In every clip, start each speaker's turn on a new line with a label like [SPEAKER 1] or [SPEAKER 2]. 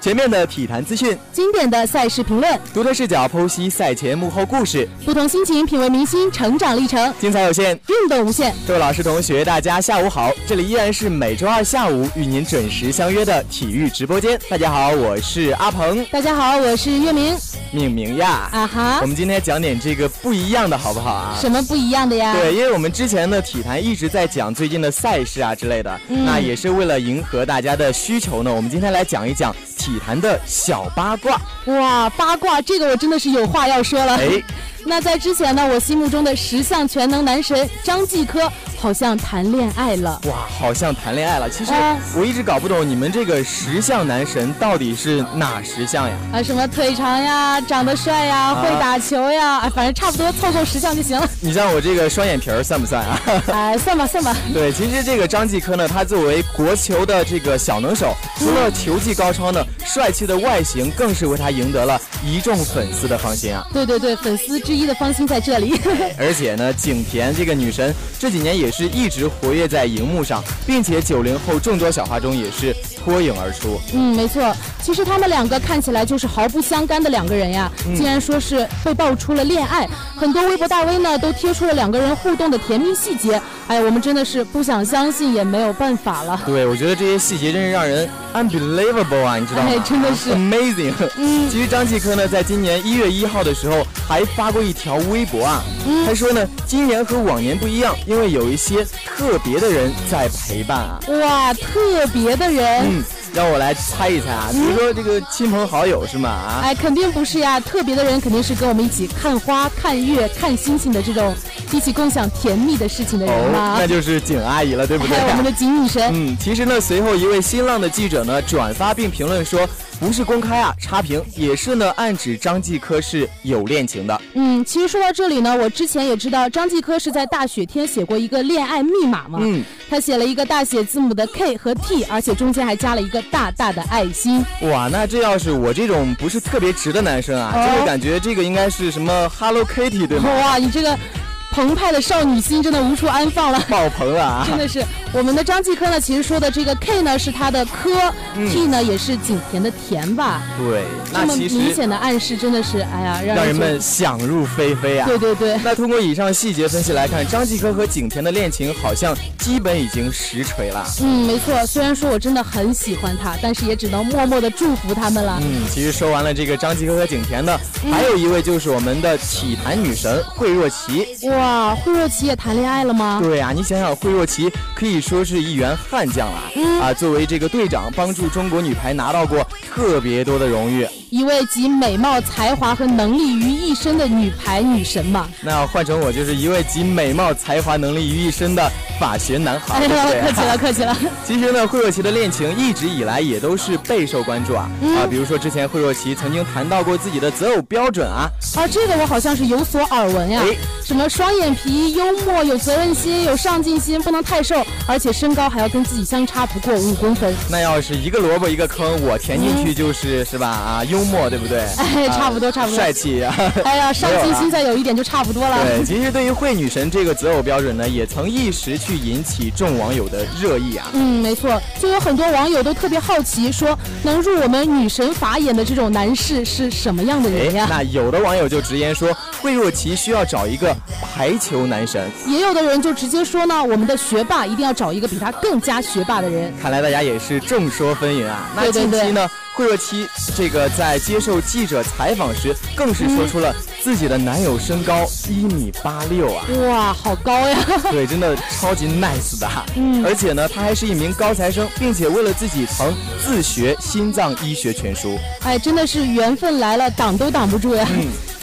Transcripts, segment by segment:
[SPEAKER 1] 全面的体坛资讯，
[SPEAKER 2] 经典的赛事评论，
[SPEAKER 1] 独特视角剖析赛前幕后故事，
[SPEAKER 2] 不同心情品味明星成长历程，
[SPEAKER 1] 精彩有限。
[SPEAKER 2] 运动无限。
[SPEAKER 1] 各位老师、同学，大家下午好！这里依然是每周二下午与您准时相约的体育直播间。大家好，我是阿鹏，
[SPEAKER 2] 大家好，我是月明。
[SPEAKER 1] 命名呀。
[SPEAKER 2] 啊哈
[SPEAKER 1] 我，们今天讲点这个不一样的，好不好啊？
[SPEAKER 2] 什么不一样的呀？
[SPEAKER 1] 对，因为我们之前呢，体坛一直在讲最近的赛事啊之类的，
[SPEAKER 2] 嗯
[SPEAKER 1] 那也是为了迎合大家的需求呢，我们今天来讲一讲体坛的小八卦。
[SPEAKER 2] 哇，八卦这个我真的是有话要说了。
[SPEAKER 1] 哎，
[SPEAKER 2] 那在之前呢，我心目中的十项全能男神张继科好像谈恋爱了。
[SPEAKER 1] 哇，好像谈恋爱了。其实
[SPEAKER 2] 哎
[SPEAKER 1] 我一直搞不懂你们这个十项男神到底是哪十项呀？
[SPEAKER 2] 啊，什么腿长呀，长得帅呀，
[SPEAKER 1] 啊
[SPEAKER 2] 会打球呀，哎，反正差不多凑够十项就行了。
[SPEAKER 1] 你像我这个双眼皮儿算不算啊？
[SPEAKER 2] 哎，算吧算吧，
[SPEAKER 1] 对，其实这个张继科呢，他作为国球的这个小能手，除了球技高超呢，帅气的外形更是为他赢得了一众粉丝的芳心啊。
[SPEAKER 2] 对对对，粉丝之一的芳心在这里。
[SPEAKER 1] 而且呢，景甜这个女神这几年也是一直活跃在荧幕上，并且九零后众多小花中也是脱颖而出。
[SPEAKER 2] 嗯，没错。其实他们两个看起来就是毫不相干的两个人呀，
[SPEAKER 1] 嗯
[SPEAKER 2] 竟然说是被爆出了恋爱，很多微博大 V 呢都贴出了两个人互动的甜蜜细节。哎，我们真的是不想相信，也没有办法了。
[SPEAKER 1] 对，我觉得这些细节真是让人 unbelievable 啊，你知道吗？
[SPEAKER 2] 哎，真的是。
[SPEAKER 1] Amazing！
[SPEAKER 2] 嗯
[SPEAKER 1] 其实张继科呢，在今年一月一号的时候还发过一条微博啊，
[SPEAKER 2] 嗯
[SPEAKER 1] 他说呢，今年和往年不一样，因为有一些特别的人在陪伴啊。
[SPEAKER 2] 哇，特别的人，
[SPEAKER 1] 嗯，让我来猜一猜啊，比如说这个亲朋好友是吗？啊，
[SPEAKER 2] 哎，肯定不是呀，特别的人肯定是跟我们一起看花、看月、看星星的这种，一起共享甜蜜的事情的人
[SPEAKER 1] 哦
[SPEAKER 2] 啦，。
[SPEAKER 1] 那就是景阿姨了，对不对
[SPEAKER 2] 还哎有我
[SPEAKER 1] 啊、
[SPEAKER 2] 们的景女神，
[SPEAKER 1] 嗯，其实呢，随后一位新浪的记者呢转发并评论说，不是公开啊，差评也是呢暗指张继科是有恋情的。
[SPEAKER 2] 嗯，其实说到这里呢，我之前也知道张继科是在大雪天写过一个恋爱密码嘛，
[SPEAKER 1] 嗯，
[SPEAKER 2] 他写了一个大写字母的 K 和 T，而且中间还加了一个大大的爱心。
[SPEAKER 1] 哇，那这要是我这种不是特别直的男生啊，
[SPEAKER 2] 哦
[SPEAKER 1] 就会感觉这个应该是什么 Hello Kitty 对吗？
[SPEAKER 2] 哇，啊你这个澎湃的少女心真的无处安放了。
[SPEAKER 1] 爆棚了啊！
[SPEAKER 2] 真的是，我们的张继科呢，其实说的这个 K 呢是他的科、t 呢也是景甜的甜吧，
[SPEAKER 1] 对，
[SPEAKER 2] 这
[SPEAKER 1] 嗯那
[SPEAKER 2] 么
[SPEAKER 1] 其
[SPEAKER 2] 明
[SPEAKER 1] 实
[SPEAKER 2] 显的暗示真的是，哎呀，让
[SPEAKER 1] 让人
[SPEAKER 2] 觉
[SPEAKER 1] 们想入非非啊。
[SPEAKER 2] 对对对，
[SPEAKER 1] 那通过以上细节分析来看，张继科和景甜的恋情好像基本已经实锤了。
[SPEAKER 2] 嗯，没错。虽然说我真的很喜欢他，但是也只能默默的祝福他们了。
[SPEAKER 1] 嗯，其实说完了这个张继科和景甜呢，
[SPEAKER 2] 嗯
[SPEAKER 1] 还有一位就是我们的体坛女神惠若琪。
[SPEAKER 2] 哇，惠若琪也谈恋爱了吗？
[SPEAKER 1] 对啊，你想想，惠若琪可以说是一员悍将了、
[SPEAKER 2] 嗯
[SPEAKER 1] 啊！作为这个队长，帮助中国女排拿到过特别多的荣誉。
[SPEAKER 2] 一位集美貌、才华和能力于一身的女排女神嘛。
[SPEAKER 1] 那换成我，就是一位集美貌、才华、能力于一身的法学男孩，
[SPEAKER 2] 哎
[SPEAKER 1] 对不对
[SPEAKER 2] 呀，客气了，
[SPEAKER 1] 啊？
[SPEAKER 2] 客气了。
[SPEAKER 1] 其实呢，惠若琪的恋情一直以来也都是备受关注啊、啊！比如说之前惠若琪曾经谈到过自己的择偶标准啊，
[SPEAKER 2] 啊，这个我好像是有所耳闻呀
[SPEAKER 1] 哎。
[SPEAKER 2] 什么双眼皮、幽默、有责任心、有上进心，不能太瘦，而且身高还要跟自己相差不过五公分。
[SPEAKER 1] 那要是一个萝卜一个坑，我填进去就是、是吧？啊，幽默对不对？
[SPEAKER 2] 哎，差不多，
[SPEAKER 1] 啊
[SPEAKER 2] 差不多。
[SPEAKER 1] 帅气 啊！
[SPEAKER 2] 哎呀，上进心再有一点就差不多了。
[SPEAKER 1] 对，其实对于惠女神这个择偶标准呢，也曾一时去引起众网友的热议啊。
[SPEAKER 2] 嗯，没错，就有很多网友都特别好奇，说能入我们女神法眼的这种男士是什么样的
[SPEAKER 1] 哎
[SPEAKER 2] 人，呀？
[SPEAKER 1] 那有的网友就直言说，惠若琪需要找一个排球男神。
[SPEAKER 2] 也有的人就直接说呢，我们的学霸一定要找一个比他更加学霸的人。
[SPEAKER 1] 看来大家也是众说纷纭啊。那
[SPEAKER 2] 对对
[SPEAKER 1] 近期
[SPEAKER 2] 对
[SPEAKER 1] 呢，惠若琪这个在接受记者采访时，更是说出了自己的男友身高一米八六 啊。
[SPEAKER 2] 哇，好高呀！
[SPEAKER 1] 对，真的超级 nice 的哈。嗯，而且呢，他还是一名高材生，并且为了自己曾自学心脏医学全书。
[SPEAKER 2] 哎，真的是缘分来了，挡都挡不住呀。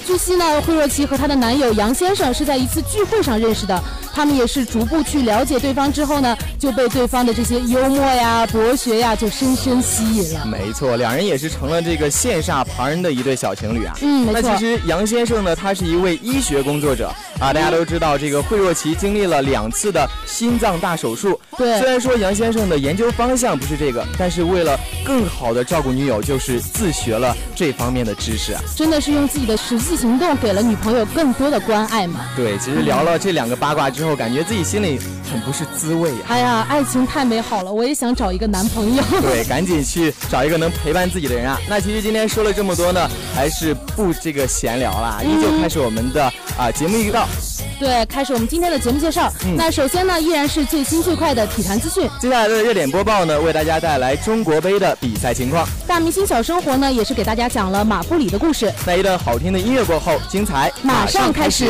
[SPEAKER 2] 据悉呢，惠若琪和她的男友杨先生是在一次聚会上认识的，他们也是逐步去了解对方之后呢，就被对方的这些幽默呀、博学呀就深深吸引了。
[SPEAKER 1] 没错，两人也是成了这个羡煞旁人的一对小情侣啊。
[SPEAKER 2] 嗯没
[SPEAKER 1] 那
[SPEAKER 2] 错
[SPEAKER 1] 其实杨先生呢，他是一位医学工作者
[SPEAKER 2] 嗯
[SPEAKER 1] 啊。大家都知道，这个惠若琪经历了两次的心脏大手术。
[SPEAKER 2] 对
[SPEAKER 1] 虽然说杨先生的研究方向不是这个，但是为了更好的照顾女友，就是自学了这方面的知识啊。
[SPEAKER 2] 真的是用自己的实际行动给了女朋友更多的关爱嘛？
[SPEAKER 1] 对，其实聊了这两个八卦之后，感觉自己心里很不是滋味呀、
[SPEAKER 2] 哎呀，呀，爱情太美好了，我也想找一个男朋友。
[SPEAKER 1] 对，赶紧去找一个能陪伴自己的人啊！那其实今天说了这么多呢，还是不这个闲聊啦，依旧开始我们的啊、节目预告。
[SPEAKER 2] 对，开始我们今天的节目介绍。那首先呢，依然是最新最快的体坛资讯。
[SPEAKER 1] 接下来的热点播报呢，为大家带来中国杯的比赛情况。
[SPEAKER 2] 大明星小生活呢，也是给大家讲了马布里的故事。
[SPEAKER 1] 在一段好听的音乐过后，精彩
[SPEAKER 2] 马上开始。